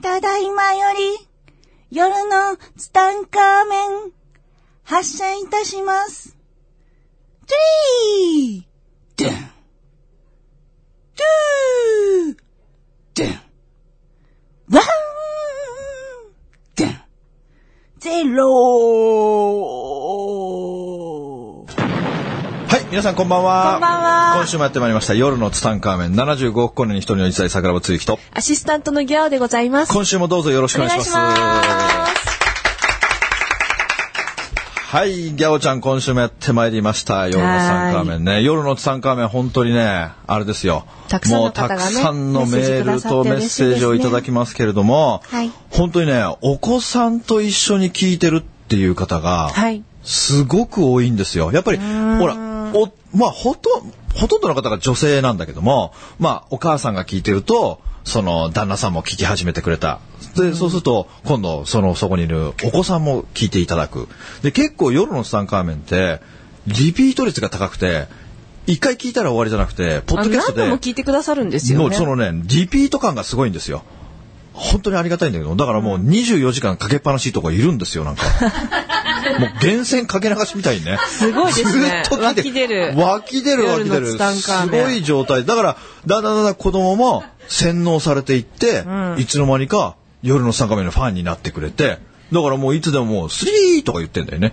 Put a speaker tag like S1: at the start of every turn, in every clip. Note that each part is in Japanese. S1: だいまより、夜のツタンカーメン、発射いたします。トゥリードゥントゥードゥンワンドゥンゼロー
S2: はい、皆さんこんばんは。
S1: こんばんは
S2: 今週もやってまいりました、夜のツタンカーメン、75億光年に一人の一歳桜庭つゆきと、
S3: アシスタントのギャオでございます。
S2: 今週もどうぞよろしくお願いします。
S3: お願いします
S2: はい、ギャオちゃん今週もやってまいりました、夜のツタンカーメンね。夜のツタンカーメン、本当にね、あれですよ。
S3: たくさん
S2: もう
S3: の方
S2: た
S3: が
S2: く
S3: ね
S2: さんのメールとメッセージをいただきますけれども、
S3: はい
S2: 本当にね、お子さんと一緒に聞いてるっていう方が、
S3: はい
S2: すごく多いんですよ。やっぱり、ほら、お、まあ、ほと、ほとんどの方が女性なんだけども、まあ、お母さんが聞いてると、その、旦那さんも聞き始めてくれた。で、そうすると、今度、その、そこにいるお子さんも聞いていただく。で、結構夜のツタンカーメンって、リピート率が高くて、一回聞いたら終わりじゃなくて、ポッ
S3: あ
S2: ド
S3: の
S2: キャストで。
S3: 何度も聞いてくださるんですよ
S2: の
S3: ね。
S2: そのね、リピート感がすごいんですよ。本当にありがたいんだけど、だからもう24時間かけっぱなしとかいるんですよ、 なんか。もう源泉かけ流しみたいにね。
S3: すごいですね
S2: ずっと聞いて
S3: 湧き出る
S2: 湧き出る、湧き
S3: 夜
S2: 出
S3: の
S2: る
S3: ツ。タンカ
S2: す
S3: ーメン
S2: ごい状態。だから、だんだんだんだん子供も洗脳されていって、いつの間にか夜のツタンカーメンのファンになってくれて、だからもういつでももうスリーとか言ってんだよね。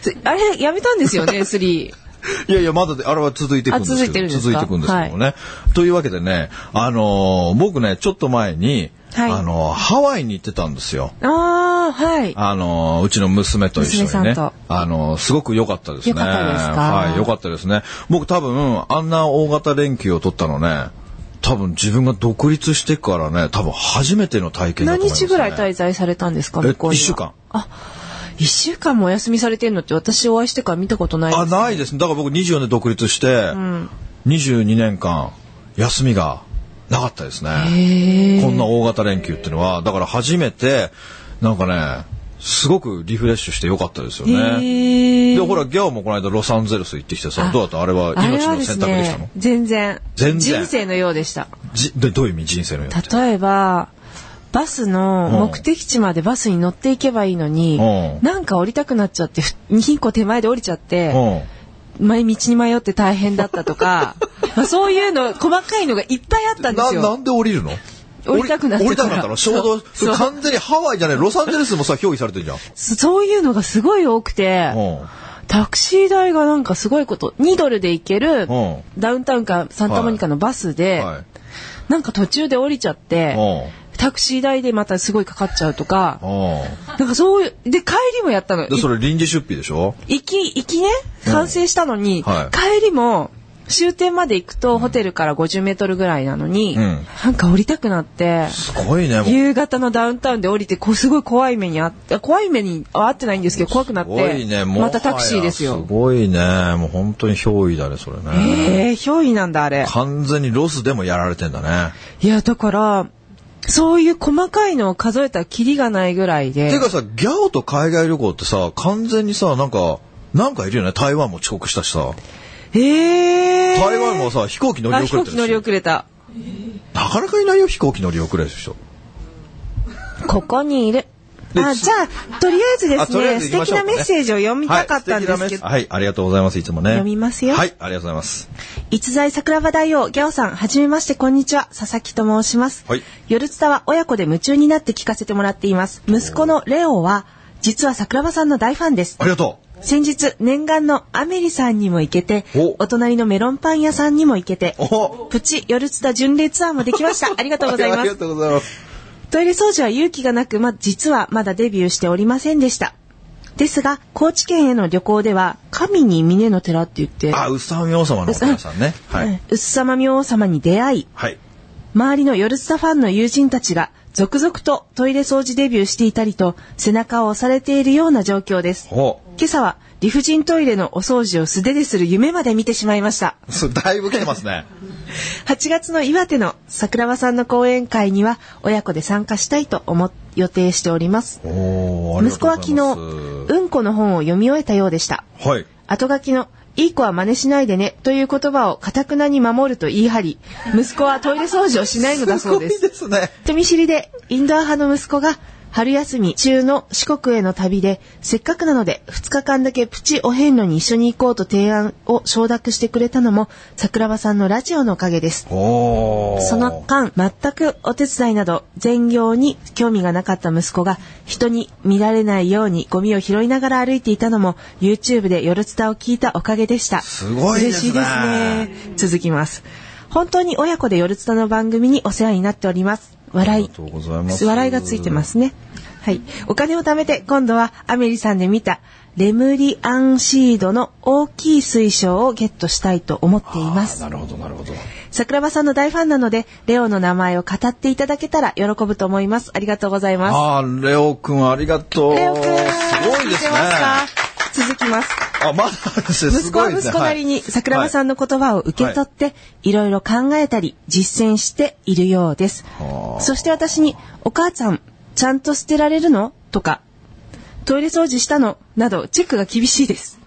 S3: すあれ、やめたんですよね、3。
S2: いやいや、まだで、あれは続いていくんですけど。
S3: あ続いてるんですか
S2: 続いていくんですけどもね。というわけでね、あのー僕ね、ちょっと前に、
S3: はい
S2: あのーハワイに行ってたんですよ。
S3: あー、はい。
S2: あのーうちの娘と一緒に
S3: 娘
S2: ね
S3: さんと。
S2: あのーすごく良かったですね。
S3: 良かったですか
S2: はい、良かったですね。僕多分、あんな大型連休を取ったのね、多分自分が独立してからね、多分初めての体験だと思
S3: 何
S2: います、
S3: 日
S2: ね。
S3: ぐらい滞在されたんですか、
S2: え
S3: 向こうには
S2: 一週間。
S3: あ、一週間もお休みされてんのって私お会いしてから見たことないです
S2: あ、ないですね。だから僕24年独立して、22年間休みがなかったですね。こんな大型連休っていうのは、だから初めて、なんかね、すごくリフレッシュしてよかったですよね。
S3: へ
S2: で、
S3: ー
S2: ほら、ギャオもこの間ロサンゼルス行ってきてさ、どうだったあれは
S3: あれ
S2: 命
S3: は
S2: の
S3: で
S2: 選
S3: す
S2: 択でしたの
S3: ね、全然。
S2: 全然
S3: 人生のようでした。
S2: じでどういう意味人生のようって。
S3: 例えばバスの目的地までバスに乗っていけばいいのに、
S2: うん
S3: なんか降りたくなっちゃってふ2個手前で降りちゃって、
S2: うん。
S3: 前道に迷って大変だったと かまあそういうの細かいのがいっぱいあったんで
S2: な、
S3: す
S2: な
S3: よ。
S2: んで降りるの
S3: 降りたくなっ
S2: 降
S3: て
S2: りたくなったの衝動、それ
S3: そう
S2: 完全にハワイじゃない、ロサンゼルスもさ、 表記されてるじゃん。
S3: そそういうのがすごい多くて、
S2: うん。
S3: タクシー代がなんかすごいこと2ドルで行ける、
S2: うん
S3: ダウンタウンかサンタモニカのバスで、
S2: は
S3: なんか途中で降りちゃって
S2: い。、うん。
S3: タクシー代でまたすごいかかっちゃうとか、
S2: うん。
S3: なんかそういう、で、帰りもやったの。
S2: で、
S3: い
S2: それ臨時出費でしょ
S3: 行き、行きね、完成したのに、
S2: はい
S3: 帰りも、終点まで行くと、ホテルから50メートルぐらいなのに、
S2: うん
S3: なんか降りたくなって、
S2: すごいね、もう。
S3: 夕方のダウンタウンで降りて、こう、すごい怖い目にあって、怖い目にはあってないんですけど、怖くなっ
S2: すごい
S3: て、
S2: ね、もう。
S3: またタクシーですよ
S2: す。ごいね、もう本当に憑依だね、それね。
S3: えー、憑依なんだ、あれ。
S2: 完全にロスでもやられてんだね。
S3: いや、だから、そういう細かいのを数えたらキリがないぐらいで
S2: て、かさ、ギャオと海外旅行ってさ、完全にさ、なんか、なんかいるよね。台湾も遅刻したしさ。
S3: えー、
S2: 台湾もさ、飛行機乗
S3: あ、
S2: り
S3: 飛
S2: 遅れ
S3: 行
S2: て
S3: 機乗り
S2: る
S3: 遅れた。
S2: 人。なかなかいないよ、飛行機乗り遅れる人。
S3: ここにいる。
S2: で
S3: あ、
S2: す
S3: じゃあ、とりあえずで
S2: あ
S3: す
S2: とりあえ
S3: ね、
S2: ず
S3: 素
S2: 行きましょうか
S3: 敵な
S2: ね
S3: メッセージを読みたかったんですけど、
S2: はい素敵なメッセージ、はいありがとうございます、いつもね。
S3: 読みますよ
S2: はい、ありがとうございます。
S3: 一材桜庭大王、ギャオさん、はじめまして、こんにちは。佐々木と申します。
S2: はい
S3: 夜ツタは親子で夢中になって聞かせてもらっています。息子のレオは、実は桜庭さんの大ファンです
S2: あ。りがとう。
S3: 先日、念願のアメリさんにも行けて
S2: お、
S3: お隣のメロンパン屋さんにも行けて
S2: お、
S3: プチ夜ツタ巡礼ツアーもできました。 ありがとうございま
S2: あ
S3: す
S2: りが。とうございます。
S3: トイレ掃除は勇気がなく、ま、実はまだデビューしておりませんでした。ですが、高知県への旅行では、神に峰の寺って言って、
S2: あ、うっさみ王様のお母さんね。は
S3: うん
S2: い。
S3: うっさま明王様に出会い、
S2: はい。
S3: 周りの夜スタファンの友人たちが、続々とトイレ掃除デビューしていたりと、背中を押されているような状況です。
S2: ほう。
S3: 今朝は、理不尽トイレのお掃除を素手でする夢まで見てしまいました。
S2: それだいぶ来てます ね。
S3: 8月の岩手の桜庭さんの講演会には、親子で参加したいと思っ、予定しております。
S2: おーありが
S3: 息
S2: と
S3: 子
S2: う
S3: は
S2: ござ
S3: 昨
S2: い
S3: 日
S2: ます、
S3: うんこの本を読み終えたようでした。
S2: はい。
S3: 後書きの、いい子は真似しないでね、という言葉をかくなに守ると言い張り、息子はトイレ掃除をしないのだそうです。
S2: すね。
S3: 人見知りで、インドア派の息子が春休み中の四国への旅で、せっかくなので2日間だけプチお遍路に一緒に行こうと提案を承諾してくれたのも桜庭さんのラジオのおかげです。
S2: おー
S3: その間、全くお手伝いなど全業に興味がなかった息子が人に見られないようにゴミを拾いながら歩いていたのも YouTube で夜伝を聞いたおかげでした。
S2: すごいですね
S3: 嬉しいですね。続きます。本当に親子で夜伝の番組にお世話になっております。笑い。
S2: ありがとうございます
S3: 笑いがついてますね。はい。お金を貯めて今度はアメリさんで見たレムリアンシードの大きい水晶をゲットしたいと思っています。
S2: なるほどなるほど
S3: 桜庭さんの大ファンなので、レオの名前を語っていただけたら喜ぶと思います。ありがとうございま
S2: あーレオくんありがとう
S3: す。レオくん、
S2: すごいです
S3: 聞て
S2: ね
S3: ますか続きます。
S2: あまだですね
S3: 息子は
S2: すごいですね
S3: 息子なりに桜庭さんの言葉を受け取って、い、ろいろ考えたり実践しているようです
S2: は。あ
S3: そして私に、お母さん、ちゃんと捨てられるのとか、トイレ掃除したのなどチェックが厳し いです。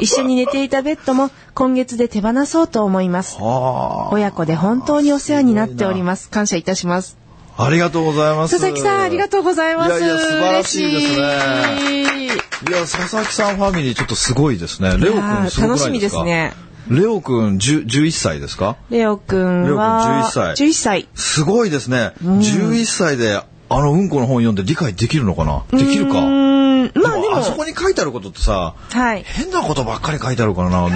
S3: 一緒に寝ていたベッドも今月で手放そうと思います。
S2: は
S3: 親子で本当にお世話になっております。感謝いたします。
S2: あありがとうございます
S3: 佐々木さん、ありがとうございます。
S2: いやいや素晴らしいですね
S3: 嬉しい
S2: いや佐々木さんファミリーちょっとすごいですねレオくんすごくないですか
S3: 楽しみですね
S2: レオくん10 11歳ですか
S3: レオく
S2: レオ
S3: ん
S2: くん
S3: は、
S2: 11歳
S3: 11歳。
S2: すごいですね、11歳であのうんこの本読んで理解できるのかなできるか
S3: うーん、まあ
S2: で
S3: で
S2: も
S3: も、
S2: あそこに書いてあることってさ、
S3: はい
S2: 変なことばっかり書いてあるから な、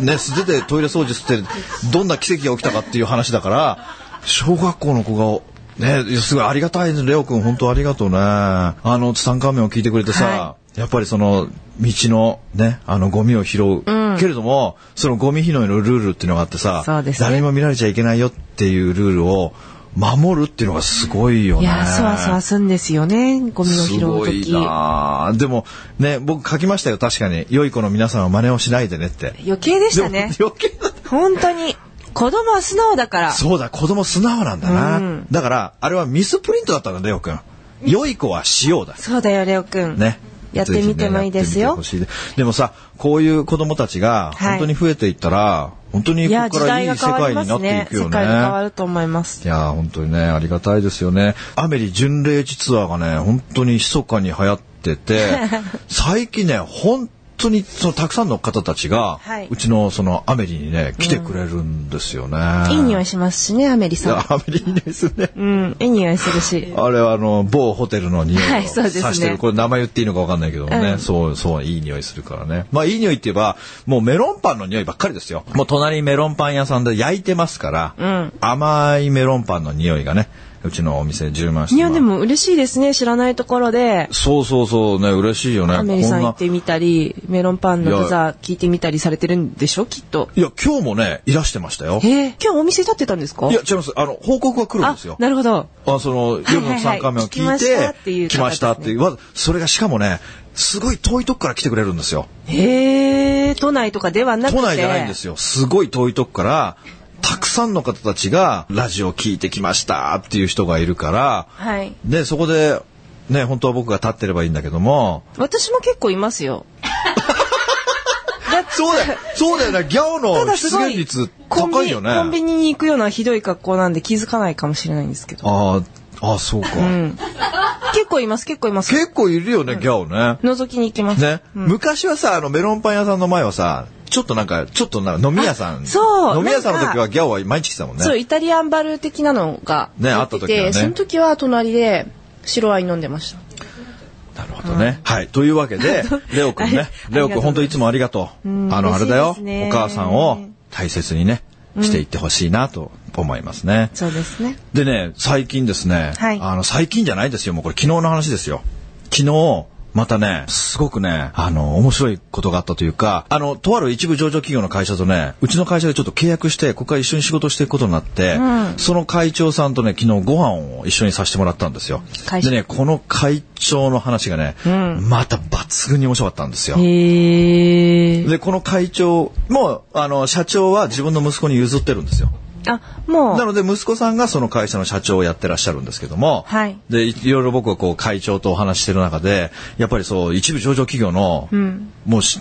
S2: ね、素手でトイレ掃除してどんな奇跡が起きたかっていう話だから小学校の子が。ね、いやすごいありがたいですレオ君本当ありがとうねあのツタンカーメンを聞いてくれてさ、
S3: は
S2: やっぱりその道のねあのゴミを拾う、けれどもそのゴミ拾いのルールっていうのがあってさ、
S3: そうですね
S2: 誰にも見られちゃいけないよっていうルールを守るっていうのがすごいよ
S3: い
S2: ね
S3: や、そわそわすんですよね。ゴミを拾う
S2: すご
S3: と
S2: い
S3: き。
S2: なあでもね、僕書きましたよ、確かに。良い子の皆さんは真似をしないでねって。
S3: 余計でしたね。
S2: でも余計だ
S3: 本当に。子供は素直だから。
S2: そうだ、子供素直なんだな。
S3: うん
S2: だから、あれはミスプリントだったんだ、レオくん。良い子はしようだ。
S3: そうだよ、レオくん。
S2: ね。
S3: やってみてもいいですよ
S2: ぜひねやってみてほしいででもさ、こういう子供たちが
S3: はい
S2: 本当に増えていったら、本当に
S3: い
S2: こ
S3: や、
S2: こ
S3: 時
S2: からい
S3: 代
S2: い
S3: が
S2: 世
S3: 変わ
S2: 界
S3: り
S2: に
S3: ま
S2: な
S3: す
S2: ってい
S3: ね。
S2: くよ
S3: 世
S2: ね。
S3: 界が変わると思います。
S2: いやー本当にね、ありがたいですよね。アメリ巡礼地ツアーがね、本当に密かに流行って て、最近ね、本当にそのたくさんの方たちが、
S3: はいう
S2: ちのそのアメリにね、来てくれるんですよね。
S3: いい匂
S2: い。
S3: いしますしね、アメリさん。
S2: アメリいいですね。
S3: うん、いい匂いするし。
S2: あれはあの某ホテルの匂いを
S3: はいそ
S2: さ
S3: うですね
S2: してる、これ名前言っていいのかわかんないけどもね、
S3: うん
S2: そうそういい匂いするからねまあいい匂いって言えばもうメロンパンの匂いばっかりですよもう隣にメロンパン屋さんで焼いてますから、
S3: うん
S2: 甘いメロンパンの匂いがねうちのお店充満して
S3: い
S2: ま
S3: や、でも嬉しいですね。知らないところで、
S2: そうそうそうね嬉しいよね
S3: アメリさん行ってみたり、メロンパンのブ
S2: い
S3: ザー聞いてみたりされてるんでしょ、きっと。
S2: いや今日もねいらしてましたよ
S3: へえ、今日お店立ってたんですか
S2: いや違いますあの報告が来るん
S3: あ
S2: ですよ、
S3: なるほど。
S2: あその夜の参加面を聞
S3: はいいはいはい
S2: て来
S3: 聞き
S2: ま
S3: ま
S2: し
S3: したた
S2: っ
S3: ってて
S2: い
S3: いうう
S2: わそれがしかもねすごい遠いとこから来てくれるんですよ
S3: へえ、都内とかではなくて。
S2: 都内じゃないんですよすごい遠いとこからたくさんの方たちがラジオを聞いてきましたっていう人がいるから、
S3: はい。
S2: でそこでね本当は僕が立ってればいいんだけども
S3: 私も結構いま すよ。だって
S2: そうだよそうだよねギャオ
S3: た
S2: の
S3: だす
S2: 出
S3: ご
S2: 現
S3: い
S2: 率
S3: コンビ
S2: 高い
S3: ニ
S2: よ
S3: コンビ
S2: ね
S3: ニに行くようなひどい格好なんで気づかないかもしれないんですけど。
S2: あーあそうか、
S3: うん。結構います、結構います。
S2: 結構いるよねギャオね
S3: 覗きに行きます。
S2: ね、
S3: うん
S2: 昔はさあのメロンパン屋さんの前はさちょっとなんかちょっとなんか飲み屋さん
S3: あそう
S2: 飲み屋さんの
S3: なん
S2: 時
S3: か
S2: はギャオは毎日来てたもんね
S3: そう、イタリアンバルー的なのが
S2: ね
S3: やっ
S2: あ
S3: てて
S2: った時はね
S3: その時は隣で白ワイン飲んでました。
S2: なるほどね。はい。というわけ で、レオくん
S3: あ
S2: ね。
S3: り
S2: レオくん本当いつもありがとう。あの、あれだよ。
S3: 嬉しいですね
S2: お母さんを大切にね、していってほしいなと思いますね。
S3: そうですね。
S2: でね、最近ですね、
S3: はい
S2: あの、最近じゃないですよ。もうこれ昨日の話ですよ。昨日、またね、すごくね、あの、面白いことがあったというか、あの、とある一部上場企業の会社とね、うちの会社でちょっと契約して、ここから一緒に仕事していくことになって、その会長さんとね、昨日ご飯を一緒にさせてもらったんですよ。
S3: 会
S2: で
S3: 社
S2: ね、この会長の話がね、また抜群に面白かったんですよ。
S3: へえ。
S2: で、この会長も、あの、社長は自分の息子に譲ってるんですよ。
S3: あ、もう。
S2: なので息子さんがその会社の社長をやってらっしゃるんですけども、
S3: はい
S2: でいいろいろ僕はこう会長とお話ししてる中でやっぱりそう一部上場企業の、もうし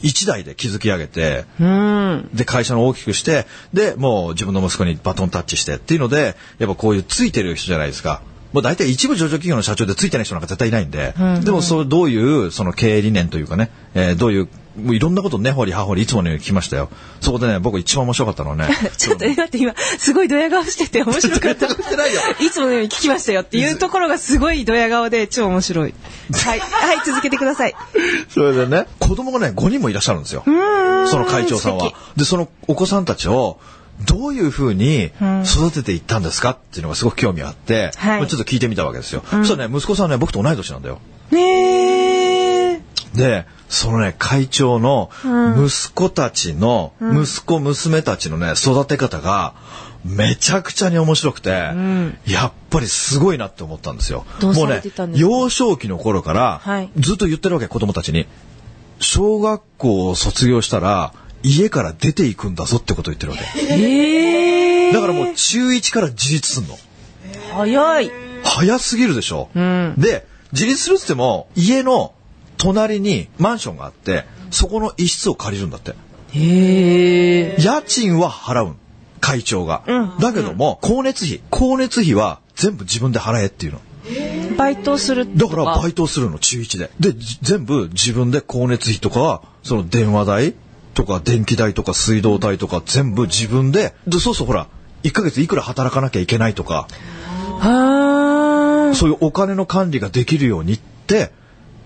S2: 一代で築き上げて、
S3: うん。
S2: で会社の大きくしてでもう自分の息子にバトンタッチしてっていうのでやっぱこういうついてる人じゃないですかもう大体一部上場企業の社長でついてない人なんか絶対いないんで、でもそうどういうその経営理念というかね、えーどういう、もういろんなこと根掘り葉掘りいつものように聞きましたよ。そこでね、僕一番面白かったのはね、
S3: ちょっと待って今、すごいドヤ顔して て面白かった。
S2: ドヤ顔してないよ
S3: いつものように聞きましたよっていうところがすごいドヤ顔で超面白い。 はい。はい、続けてください。
S2: それでね、子供がね、5人もいらっしゃるんですよ。その会長さん
S3: 素
S2: は。で、そのお子さんたちを、どういうふうに育てていったんですかっていうのがすごく興味があって、
S3: はい
S2: まあちょっと聞いてみたわけですよ。そしたらね、息子さんはね、僕と同い年なんだよ。
S3: ねえ。
S2: で、そのね、会長の息子たちの、息子、娘たちのね、育て方が、めちゃくちゃに面白くて、やっぱりすごいなって思ったんですよ。
S3: どう
S2: もう
S3: され
S2: ね
S3: てたん、ですか
S2: 幼少期の頃から、
S3: はい
S2: ずっと言ってるわけ、子供たちに。小学校を卒業したら、家から出ていくんだぞってことを言ってるわけ。
S3: ええ。
S2: だからもう中1から自立すんの。
S3: 早い。
S2: 早すぎるでしょ、
S3: ん
S2: で自立するっつっても家の隣にマンションがあってそこの一室を借りるんだって
S3: へえ。
S2: 家賃は払うん会長が、だけども光熱費光熱費は全部自分で払えっていうの
S3: バイトをする
S2: だ
S3: と
S2: か
S3: から
S2: バイトをするの中1ででじ全部自分で光熱費とかその電話代とか電気代とか水道代とか全部自分ででそうそうほら1ヶ月いくら働かなきゃいけないとか
S3: はー
S2: そういうお金の管理ができるようにって、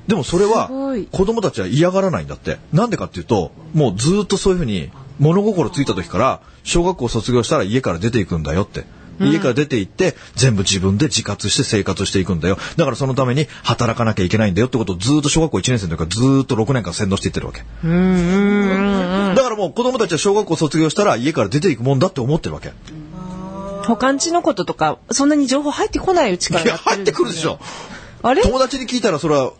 S2: でもそれは
S3: すごい
S2: 子供たちは嫌がらないんだって。なんでかっていうと、もうずっとそういうふうに物心ついた時から、小学校卒業したら家から出ていくんだよって。家から出て行って、全部自分で自活して生活していくんだよ。だからそのために働かなきゃいけないんだよってことをずっと小学校1年生の時からずっと6年間洗脳していってるわけ。だからもう子供たちは小学校卒業したら家から出ていくもんだって思ってるわけ。
S3: 他んちのこととか、そんなに情報入ってこないうちから
S2: いや、
S3: やってる
S2: 入
S3: ん
S2: っ
S3: で
S2: て
S3: す
S2: く
S3: ね
S2: るでしょ。
S3: あれ
S2: 友達に聞いたらそれは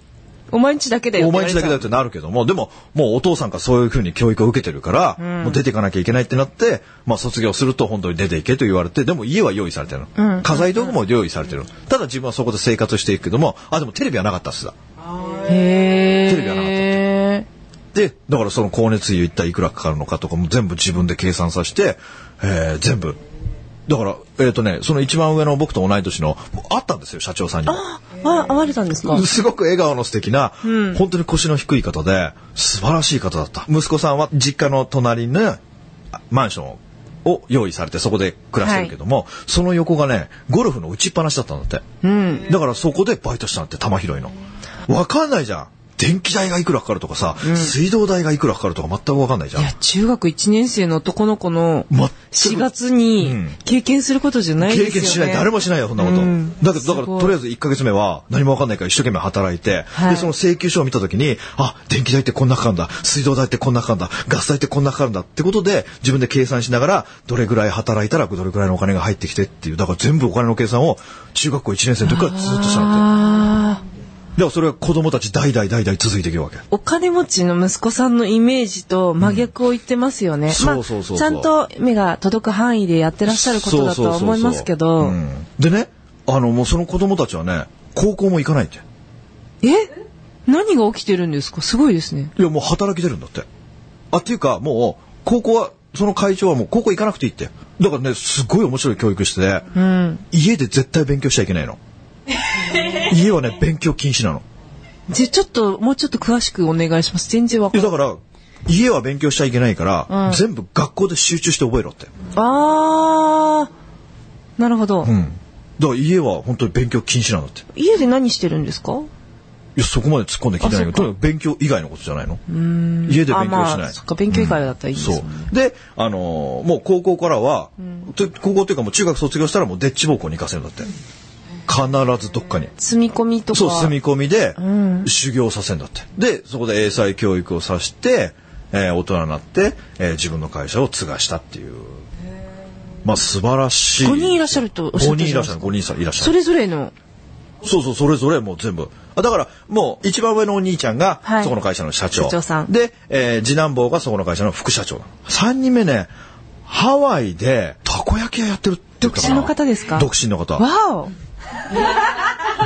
S3: お前んちだけだよ
S2: お
S3: って言
S2: 前
S3: わ
S2: ん
S3: れ
S2: ち
S3: ちゃ
S2: だ
S3: う。
S2: けだってなるけども、でも、もうお父さんがそういうふうに教育を受けてるから、もう出ていかなきゃいけないってなって、まあ卒業すると本当に出ていけと言われて、でも家は用意されてるの。家財道具も用意されてるの。ただ自分はそこで生活していくけども、あ、でもテレビはなかったっすだ。
S3: へえ。
S2: テレビはなかったで、だからその光熱費一体いくらかかるのかとかも全部自分で計算させて、えー全部。だから、えっ、とね、その一番上の僕と同い年の、あったんですよ、社長さんにも。
S3: あ、会われたんですか
S2: すごく笑顔の素敵な、本当に腰の低い方で、素晴らしい方だった。息子さんは実家の隣にあマンションを用意されて、そこで暮らしてるけども、その横がね、ゴルフの打ちっぱなしだったんだって。
S3: うん。
S2: だからそこでバイトしたんだって、玉拾いの。わかんないじゃん。電気代がいくらかかるとかさ、水道代がいくらかかるとか全くわかんないじゃ
S3: い
S2: ん。
S3: や、中学1年生の男の子の
S2: 全く
S3: 4月に
S2: うん
S3: 経験することじゃないですよ
S2: 経
S3: ね。
S2: 験しない誰もしないよそんなこと、
S3: うん
S2: だけどだから
S3: すごい
S2: とりあえず1ヶ月目は何も分かんないから一生懸命働いて、
S3: はい
S2: でその請求書を見た時にあ電気代ってこんなかかるんだ水道代ってこんなかかるんだガス代ってこんなかかるんだってことで自分で計算しながらどれぐらい働いたらどれぐらいのお金が入ってきてっていうだから全部お金の計算を中学校1年生の時からずっとしたんだって
S3: あー
S2: だからそれが子供たち代々代々続いていくわけ
S3: お金持ちの息子さんのイメージと真逆を言ってますよね。
S2: んそうそうそうそう
S3: まあちゃんと目が届く範囲でやってらっしゃることだとは思いますけど。
S2: そうそうそうそううんでねあのもうその子供たちはね高校も行かないって
S3: え何が起きてるんですかすごいですね。
S2: いや、もう働き出るんだって。あ、っていうか、もう、高校は、その会長はもう高校行かなくていいって。だからね、すごい面白い教育してて、
S3: うん。
S2: 家で絶対勉強しちゃいけないの。家はね、勉強禁止なの。
S3: じゃ、ちょっと、もうちょっと詳しくお願いします。全然わ
S2: い
S3: か
S2: や、
S3: んな
S2: だ
S3: い。
S2: から、家は勉強しちゃいけないから、
S3: うん
S2: 全部学校で集中して覚えろって。
S3: あー。なるほど。
S2: うん。だから家は本当に勉強禁止なんだって。い
S3: 家で何してるんですか
S2: や、そこまで突っ込んで聞いてないけど、
S3: あそっか
S2: とにかく勉強以外のことじゃないの。家で勉強し
S3: あ、ま
S2: な
S3: あ、
S2: い
S3: そっ。か、勉強以外だったらいいです
S2: そ
S3: ね。
S2: う。で、あのーもう高校からは、と高校というかもう中学卒業したらもうデッチ奉公に行かせるんだって。必ずどっかに。
S3: 住み込みとか。
S2: そう、住み込みで
S3: ん
S2: 修行させるんだって。で、そこで英才教育をさして、えー大人になって、えー自分の会社を継がしたっていう。まあ素晴らしい。
S3: 5人いらっしゃるとおっしゃ
S2: 5
S3: って
S2: 人いら
S3: ま
S2: っしゃ
S3: す
S2: る、5人さいらっしゃる。
S3: それぞれの。
S2: そうそう、それぞれもう全部。あだから、もう一番上のお兄ちゃんが、
S3: はい
S2: そこの会社の社長。
S3: 社長さん
S2: で、えー次男坊がそこの会社の副社長なの。三人目ね、ハワイで、たこ焼き屋やってるって言ってたかな
S3: 独身の方ですか
S2: 独身の方。
S3: わお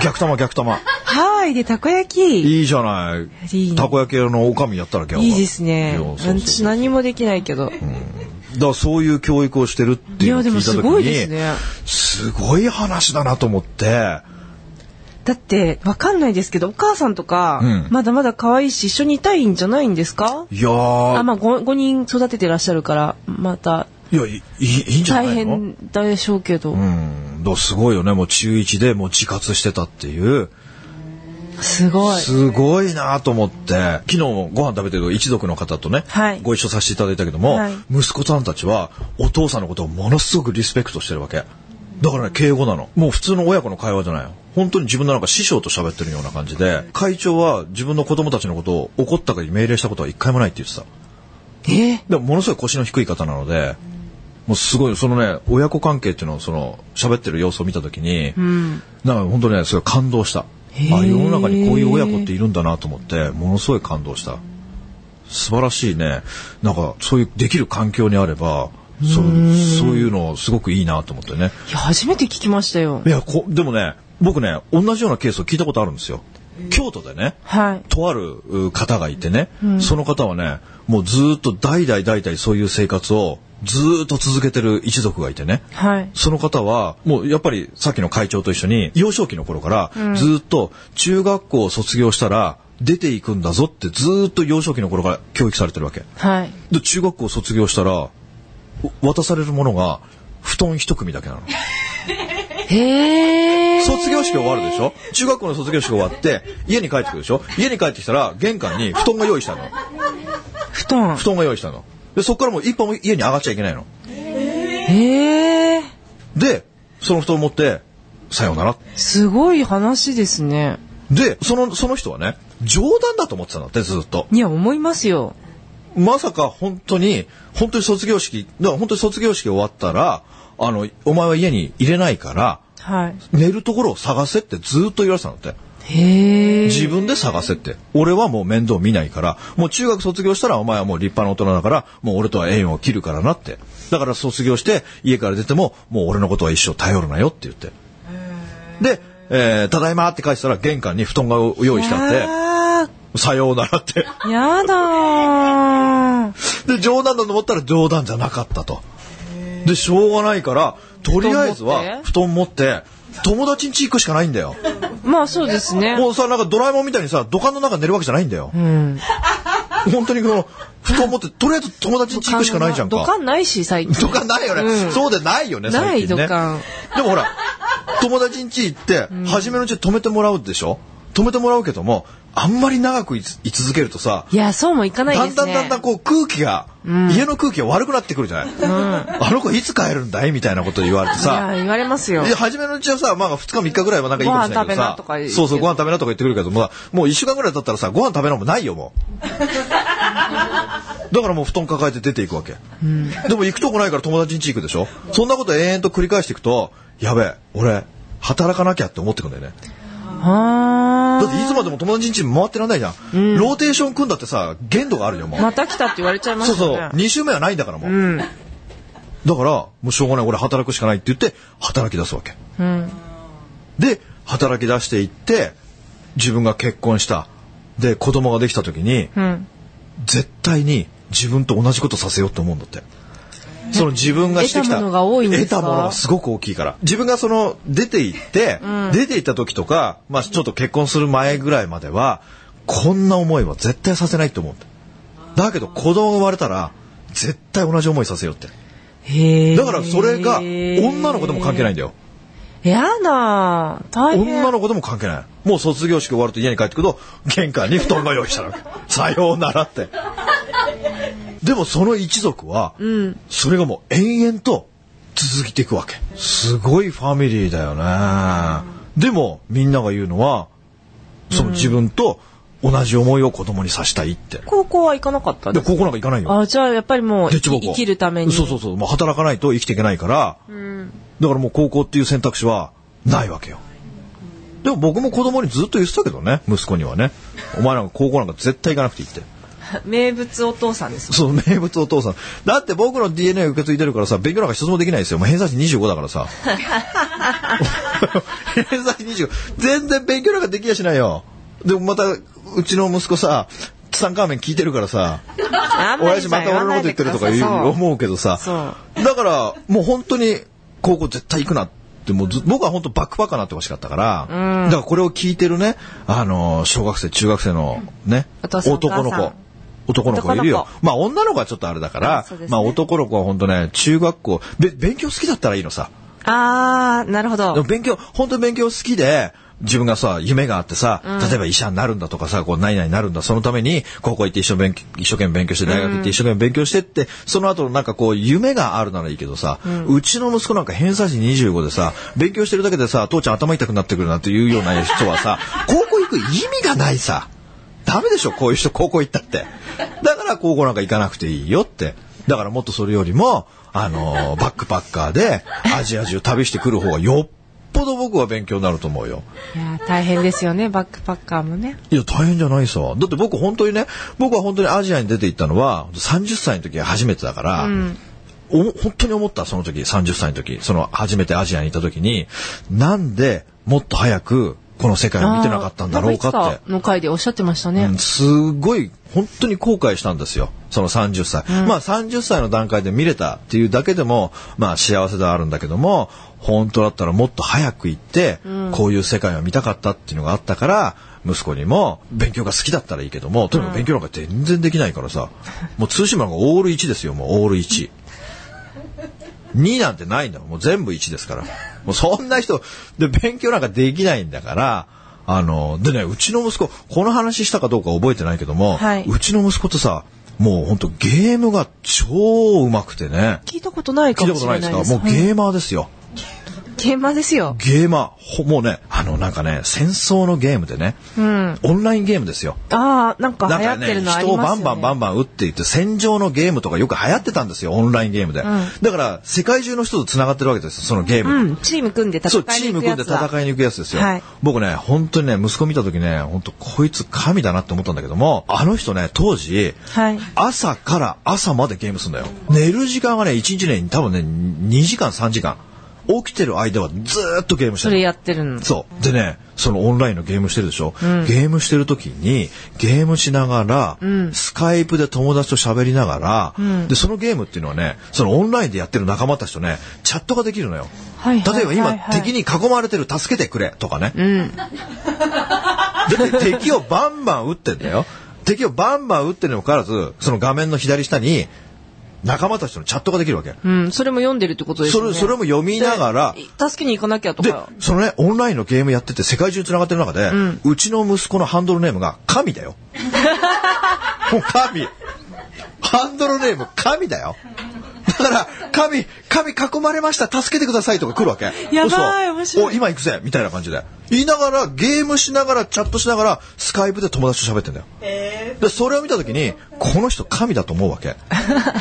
S2: 逆玉逆玉。
S3: ハワイでたこ焼き
S2: いいじゃない
S3: いい。ね
S2: たこ焼き屋のおかみやったらギャオが
S3: いいです
S2: い
S3: ね
S2: やそうそう
S3: 私何もできないけど、
S2: だからそういう教育をしてるっていうのを聞いた時に
S3: いやでもすごいですね
S2: すごい話だなと思って
S3: だって、わかんないですけど、お母さんとか、
S2: うん
S3: まだまだ可愛いし、一緒にいたいんじゃないんですか
S2: いや
S3: あ、
S2: ー、
S3: まあ5、ご人育ててらっしゃるから、また、
S2: いやいいいいいんじゃない
S3: 大
S2: の
S3: 変でしょうけど、
S2: うん、だからすごいよねもう中1でもう自活してたっていう
S3: すごい。
S2: すごいなと思って昨日もご飯食べてる一族の方とね、
S3: はい
S2: ご一緒させていただいたけども、
S3: はい
S2: 息子さんたちはお父さんのことをものすごくリスペクトしてるわけだからね敬語なのもう普通の親子の会話じゃないよ本当に自分のなんか師匠と喋ってるような感じで会長は自分の子供たちのことを怒ったか命令したことは一回もないって言ってた
S3: え
S2: でもものすごい腰の低い方なので、もうすごい、そのね、親子関係っていうのを、その、喋ってる様子を見たときに、なんか本当にね、すごい感動した。あ、世の中にこういう親子っているんだなと思って、ものすごい感動した。素晴らしいね。なんか、そういう、できる環境にあれば、そう、そういうの、すごくいいなと思ってね。
S3: いや、初めて聞きましたよ
S2: い。や、こ、でもね、僕ね、同じようなケースを聞いたことあるんですよ。京都でね、
S3: はい。
S2: とあるう方がいてね、その方はねもうずーっと代々代々そういう生活をずーっと続けてる一族がいてね
S3: はい。
S2: その方はもうやっぱりさっきの会長と一緒に幼少期の頃からずーっと中学校を卒業したら出ていくんだぞってずーっと幼少期の頃から教育されてるわけ
S3: はい。
S2: で中学校を卒業したらお渡されるものが布団一組だけなの
S3: へえ。
S2: 卒業式終わるでしょ中学校の卒業式終わって家に帰ってくるでしょ家に帰ってきたら玄関に布団が用意したの
S3: 布団
S2: 布。団が用意したの。で、そこからもう一本も家に上がっちゃいけないの。
S3: へえ。
S2: で、その布団を持って、さようなら。
S3: すごい話ですね。
S2: で、その、その人はね、冗談だと思ってたんだって、ずっと。
S3: いや、思いますよ。
S2: まさか本当に、本当に卒業式、だから本当に卒業式終わったら、あの、お前は家に入れないから、
S3: はい。
S2: 寝るところを探せってずっと言われてたんだって。
S3: へえ。
S2: 自分で探せって。俺はもう面倒見ないから、もう中学卒業したらお前はもう立派な大人だから、もう俺とは縁を切るからなって。だから卒業して家から出ても、もう俺のことは一生頼るなよって言って。で、えーただいまって返したら玄関に布団が用意してあっ
S3: あ
S2: て、さようならって。
S3: ーやだー。
S2: で、冗談だと思ったら冗談じゃなかったと。で、しょうがないから、とりあえずは布団持って、友達ん家行くしかないんだよ。
S3: まあそうですね。
S2: もうさ、なんかドラえもんみたいにさ、土管の中に寝るわけじゃないんだ よ。
S3: うん。
S2: 本当にこの、布団持って、とりあえず友達に行くしかないじゃん
S3: 土
S2: か。
S3: 管ないし、最近。
S2: とかないよね、
S3: うん
S2: そうでないよね、
S3: ない
S2: 最近ね。
S3: 土管
S2: でもほら、友達ん家行って、初めのうち止めてもらうでしょ止めてもらうけども、あんまり長くいつ居続けるとさ、
S3: いや、そうもいかない
S2: だ
S3: で
S2: ん
S3: す
S2: だん
S3: ね。
S2: だんだんこう空気が、家の空気が悪くなってくるじゃない、あの子いつ帰るんだいみたいなこと言われてさ
S3: いや、言われますよ
S2: で。初めのうちはさ、まあ、2日3日ぐらいはなんかいいかもしれないけど
S3: ご飯食べな
S2: さ
S3: とか言うけど
S2: そうそうご飯食べなとか言ってくるけどもまあもう1週間ぐらい経ったらさご飯食べなもんないよも うだからもう布団抱えて出ていくわけ、でも行くとこないから友達ん家行くでしょそんなこと延々と繰り返していくとやべえ俺働かなきゃって思ってくんだよねだ
S3: あ
S2: っていつまでも友達ん家回ってらんないじゃん、ローテーション組んだってさ限度があるよもう、
S3: ー。また来たって言われちゃいま
S2: そう
S3: したね。
S2: そう2週目はないんだからもう、
S3: うん。
S2: だからもうしょうがない俺働くしかないって言って働き出すわけ
S3: うん。
S2: で働き出していって自分が結婚したで子供ができた時に
S3: うん。
S2: 絶対に自分と同じことさせようと思うんだって。その自分がしてきた
S3: 得たものが多いんですか
S2: 得たものがすごく大きいから自分がその出て行って、出て行った時とか、まあ、ちょっと結婚する前ぐらいまではこんな思いは絶対させないと思うんだだけど子供が生まれたら絶対同じ思いさせようって
S3: へえ。
S2: だからそれが女の子でも関係ないんだよ
S3: やだー。大変。
S2: 女の子でも関係ない。もう卒業式終わると家に帰ってくると、玄関に布団が用意したわ け。さようならって。でもその一族は、
S3: うん。
S2: それがもう延々と続いていくわけ。すごいファミリーだよね。でもみんなが言うのは、その自分と同じ思いを子供にさせたいって。
S3: 高校は行かなかったん
S2: で、
S3: ですか
S2: 高校なんか行かないよ。
S3: あ、じゃあやっぱりもう、
S2: でっち
S3: 生
S2: 奉公
S3: きるために。
S2: そうそうそう。もう働かないと生きていけないから、だからもう高校っていう選択肢はないわけよ。でも僕も子供にずっと言ってたけどね、息子にはね。お前なんか高校なんか絶対行かなくていいって。
S3: 名物お父さんですもん。
S2: その名物お父さん。だって僕の DNA 受け継いでるからさ、勉強なんか一つもできないですよ。もう偏差値25だからさ。偏差値25。全然勉強なんかできやしないよ。でもまた、うちの息子さ、ツタンカーメン聞いてるからさ、
S3: あん ま
S2: 親
S3: り
S2: 父
S3: じゃ
S2: また俺のこと言ってるとか言
S3: 言わないうでください
S2: 思うけどさ、
S3: そ
S2: だからもう本当に高校絶対行くなって、もうず僕は本当バックパッカーになってほしかったから、だからこれを聞いてるね、あの、小学生、中学生のね、
S3: お父さん
S2: 男の
S3: お母さ
S2: 子
S3: ん。
S2: 男の子いるよ
S3: 男。
S2: まあ女の子はちょっとあれだから、
S3: あそうですね
S2: まあ男の子は本当ね、中学校、べ勉強好きだったらいいのさ。
S3: うあー、なるほ
S2: でも
S3: ど。
S2: 勉強、本当に勉強好きで、自分がさ、夢があってさ、例えば医者になるんだとかさ、こう、何々になるんだ、そのために、高校行って一生勉強、一生懸命勉強して、大学行って一生懸命勉強してって、その後なんかこう、夢があるならいいけどさ、うちの息子なんか偏差値25でさ、勉強してるだけでさ、父ちゃん頭痛くなってくるなんていうような人は さ、高校行く意味がないさ。ダメでしょ、こういう人高校行ったって。だから高校なんか行かなくていいよって。だからもっとそれよりも、あのーバックパッカーでアジア中旅してくる方がよっぽど僕は勉強になると思うよ。
S3: いやー、大変ですよね、バックパッカーもね。
S2: いや、大変じゃないさ。だって僕本当にね、僕は本当にアジアに出て行ったのは、30歳の時が初めてだから、おも本当に思った、その時、30歳の時、その初めてアジアに行った時に、なんでもっと早くこの世界を見てなかったんだろうかって。
S3: あーなんいつかの回でおっしゃってましたね。
S2: うんすごい本当に後悔したんですよその30歳、まあ30歳の段階で見れたっていうだけでもまあ幸せではあるんだけども本当だったらもっと早く行って、こういう世界を見たかったっていうのがあったから息子にも勉強が好きだったらいいけどもとにかく勉強なんか全然できないからさ、もう通信簿なんかオール1ですよもうオール1。2なんてないんだもん。もう全部1ですから。もうそんな人、で、勉強なんかできないんだから、あの、でね、うちの息子、この話したかどうか覚えてないけども、
S3: はいう
S2: ちの息子ってさ、もうほんとゲームが超うまくてね、
S3: 聞いたことない
S2: 聞い
S3: か
S2: たこ
S3: もし
S2: と
S3: れ
S2: な
S3: ない
S2: で
S3: いですす。
S2: かもうゲーマーですよ。
S3: ゲーマーですよ。
S2: ゲーマー、ほもうね、あの、なんかね、戦争のゲームでね、
S3: うん。
S2: オンラインゲームですよ。
S3: あー、なんか
S2: なん
S3: 流行
S2: か
S3: って
S2: ね、
S3: るのあ
S2: 人
S3: り
S2: を
S3: ま
S2: バ
S3: す
S2: ン
S3: よね。
S2: バンバンバン打っていって、戦場のゲームとかよく流行ってたんですよ、オンラインゲームで。だから、世界中の人と繋がってるわけですよ、そのゲームが。
S3: うん、チーム組んで戦
S2: そう、
S3: い
S2: チ
S3: に
S2: ー
S3: 行
S2: ム
S3: く
S2: 組ん
S3: や
S2: で
S3: つだ。
S2: 戦いに行くやつですよ。
S3: はい
S2: 僕ね、本当にね、息子見た時ね、本当こいつ神だなって思ったんだけども、あの人ね、当時、
S3: はい
S2: 朝から朝までゲームするんだよ。寝る時間はね、1日ね、多分ね、2時間、3時間。起きてる間はずーっとゲームして
S3: そ
S2: る
S3: れ。やってるの。
S2: そう。でね、そのオンラインのゲームしてるでしょ、ゲームしてる時に、ゲームしながら、スカイプで友達と喋りながら、で、そのゲームっていうのはね、そのオンラインでやってる仲間たちとね、チャットができるのよ。
S3: はいはい
S2: 例えば今、
S3: はいはい
S2: 敵に囲まれてる、助けてくれ、とかね。だって敵をバンバン撃ってんだよ。敵をバンバン撃ってるにもかかわらず、その画面の左下に、仲間たちとのチャットができるわけ。
S3: うん、それも読んでるってことです
S2: そ
S3: よね。
S2: れ、それも読みながら、
S3: で助けに行かなきゃと
S2: で
S3: か。、
S2: そのね、オンラインのゲームやってて世界中繋がってる中で、うちの息子のハンドルネームが神だよ。 もう神。ハンドルネーム神だよ。だから、神、神囲まれました、助けてくださいとか来るわけ。
S3: やばい
S2: そう
S3: 面白い
S2: お、今行くぜ、みたいな感じで。言いながら、ゲームしながら、チャットしながら、スカイプで友達と喋ってんだよ。で、それを見たときに、この人神だと思うわけ。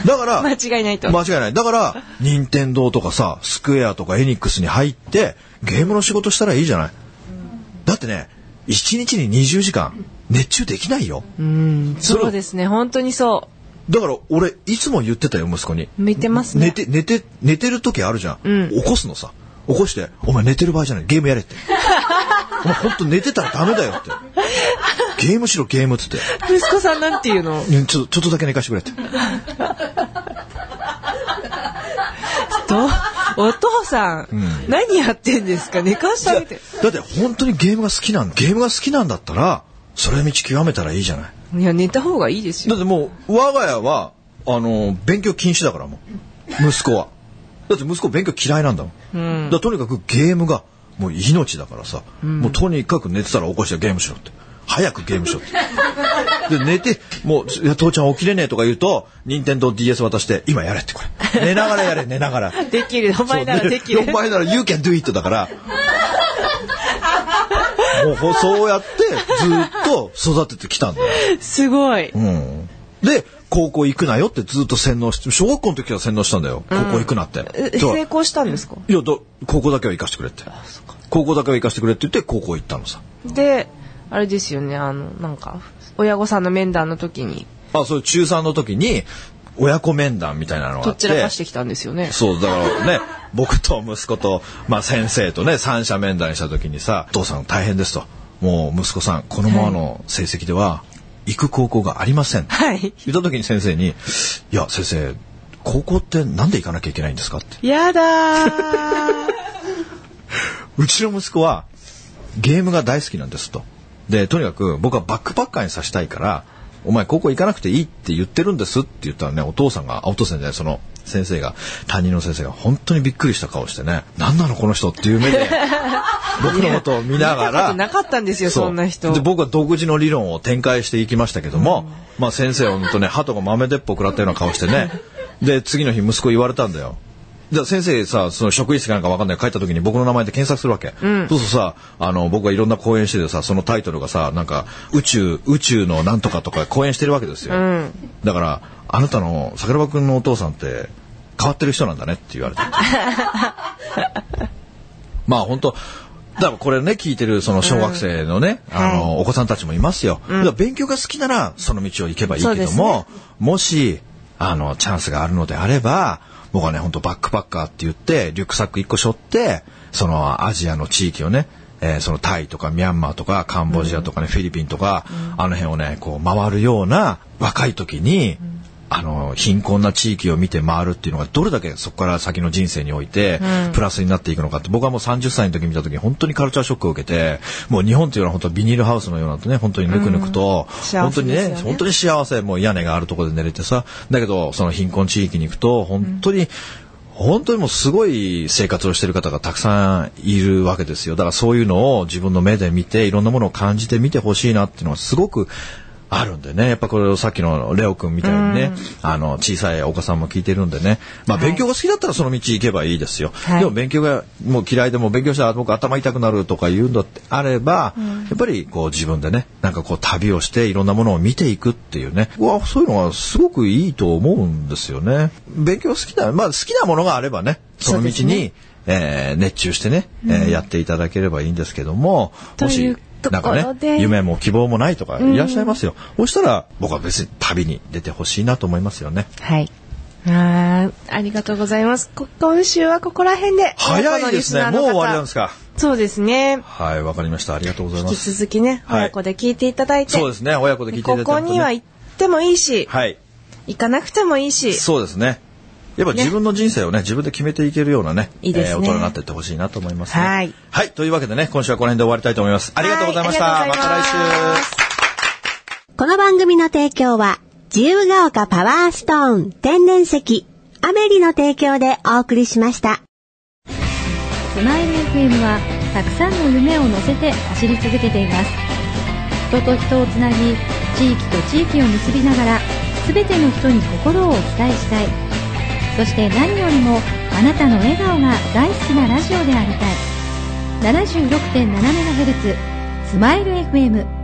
S2: だから、
S3: 間違いないと
S2: 間違いない。だから、任天堂とかさ、スクエアとかエニックスに入って、ゲームの仕事したらいいじゃない。だってね、1日に20時間、熱中できないよ。
S3: うん、そうですね、本当にそ
S2: だから、俺、いつも言ってたよ、息子に。
S3: う。向いてますね。
S2: 寝て、寝て、寝てる時あるじゃん。起こすのさ。起こして、お前寝てる場合じゃない、ゲームやれって。お前ほんと寝てたらダメだよって。ゲームしろ、ゲームっつって。
S3: 息子さんなんていうの
S2: うんちょっと、ちょっとだけ寝かしてくれって。
S3: と、お父さん,、何やってんですか寝かしてあげて。
S2: だって本当にゲームが好きなんゲームが好きなんだったら、それ道極めたらいいじゃない。
S3: いや、寝た方がいいです
S2: だ
S3: よ。
S2: ってもう、我が家は、あのー、勉強禁止だからもう。息子は。だって息子勉強嫌いなんだもん。だからとにかくゲームが、もう命だからさ、もうとにかく寝てたら起こしてゲームしろって。早くゲームしろって。で、寝て、もう、いや父ちゃん起きれねえとか言うと、任天堂 DS 渡して、今やれってこれ。寝ながらやれ、寝ながら。
S3: できる。お前ならできる
S2: そう。ねお前なら You can do it だ から。もうほそうやってずっと育ててきたんだよ。
S3: すごい。
S2: うん。で、高校行くなよってずっと洗脳して、小学校の時から洗脳したんだよ。高校行くなって。
S3: え
S2: そう
S3: 成功したんですか
S2: いや、だ高校だけは行かしてくれって。高校だけは行かしてくれって言って高校行ったのさ。
S3: で、あれですよね、あの、なんか、親御さんの面談の時に、
S2: あ、それ中3の時に、親子面談みたいなのがあ
S3: ど
S2: っ。
S3: ってちらかしてきたんですよね。
S2: そう、だからね、僕と息子と、まあ先生とね、三者面談した時にさ、お父さん大変ですと。もう息子さん、このままの成績では、行く高校がありません。
S3: はい。
S2: 言った時に先生に、いや、先生、高校ってなんで行かなきゃいけないんですかって。
S3: や だー。
S2: うちの息子はゲームが大好きなんですと。で、とにかく僕はバックパッカーにさせたいから、お前高校行かなくていいって言ってるんですって言ったらね、お父さんが、あお父さんじゃない、その先生が、担任の先生が本当にびっくりした顔してね、なんなのこの人っていう目で、僕のことを見ながら、
S3: なかったんですよ、
S2: う
S3: そんな人
S2: で。僕は独自の理論を展開していきましたけども、まあ先生はほんとね鳩が豆鉄砲食らったような顔してねで次の日息子言われたんだよじゃあ先生さその職員室かなんかわかんない帰った時に僕の名前で検索するわけ、そうするとさあの僕がいろんな講演しててさそのタイトルがさなんか宇宙宇宙のなんとかとか講演してるわけですよ、だからあなたの桜庭君のお父さんって変わってる人なんだねって言わ れてまあ本当だからこれね聞いてるその小学生のね、あの、お子さんたちもいますよ、だから勉強が好きならその道を行けばいい
S3: そう
S2: け
S3: で
S2: ど
S3: す
S2: も、
S3: ね
S2: もしあのチャンスがあるのであれば僕はね本当バックパッカーって言ってリュックサック1個背負ってそのアジアの地域をねえーそのタイとかミャンマーとかカンボジアとかね、フィリピンとか、あの辺をねこう回るような若い時に、あの貧困な地域を見て回るっていうのがどれだけそこから先の人生においてプラスになっていくのかって僕はもう30歳の時見た時に本当にカルチャーショックを受けてもう日本っていうのは本当ビニールハウスのようなとね本当にぬくぬくと
S3: うん
S2: 本当にね
S3: 幸せですよね
S2: 本当に幸せもう屋根があるところで寝れてさだけどその貧困地域に行くと本当に本当にもうすごい生活をしている方がたくさんいるわけですよだからそういうのを自分の目で見ていろんなものを感じて見てほしいなっていうのはすごくあるんでねやっぱこれをさっきのレオ君みたいにね、あの小さいお子さんも聞いてるんでね、まあ、勉強が好きだったらその道行けばいいですよ、
S3: はい
S2: でも勉強がもう嫌いでも勉強したら僕頭痛くなるとか言うんだってあれば、やっぱりこう自分でねなんかこう旅をしていろんなものを見ていくっていうねうわそういうのはすごくいいと思うんですよね勉強好きな、まあ、好きなものがあればねその道
S3: そうです
S2: に、えー熱中してね、えーやっていただければいいんですけどもも
S3: とい
S2: し
S3: うと
S2: なん
S3: ころ
S2: かね
S3: で
S2: 夢も希望もないとかいらっしゃいますよ、そしたら僕は別に旅に出てほしいなと思いますよね
S3: はい。あーありがとうございます。こ今週はここら辺で。
S2: 早いですね
S3: こ
S2: も
S3: の
S2: う
S3: リスナーの方
S2: 終わりなんですか
S3: そうですね。
S2: はいわかりましたありがとうございま
S3: 引き
S2: す
S3: 続きね、
S2: はい
S3: 親子で聞いていただいて。
S2: そうですね親子で聞いていただい
S3: ここには行ってもいいし、
S2: はい
S3: 行かなくてもいいし。
S2: そうですねやっぱ
S3: ね
S2: 自分の人生をね自分で決めていけるようなね
S3: いいで
S2: え
S3: すね
S2: ー大人になっていってほしいなと思いますね
S3: はい、
S2: はい、というわけでね今週はこの辺で終わりたいと思いますありがとうございました
S3: はいありがとうございます
S2: また来週
S4: この番組の提供は、自由が丘パワーストーン天然石、アメリの提供でお送りしました。
S5: スマイル FM はたくさんの夢を乗せて走り続けています人と人をつなぎ地域と地域を結びながら全ての人に心をお伝えしたいそして何よりもあなたの笑顔が大好きなラジオでありたい 76.7MHz スマイル FM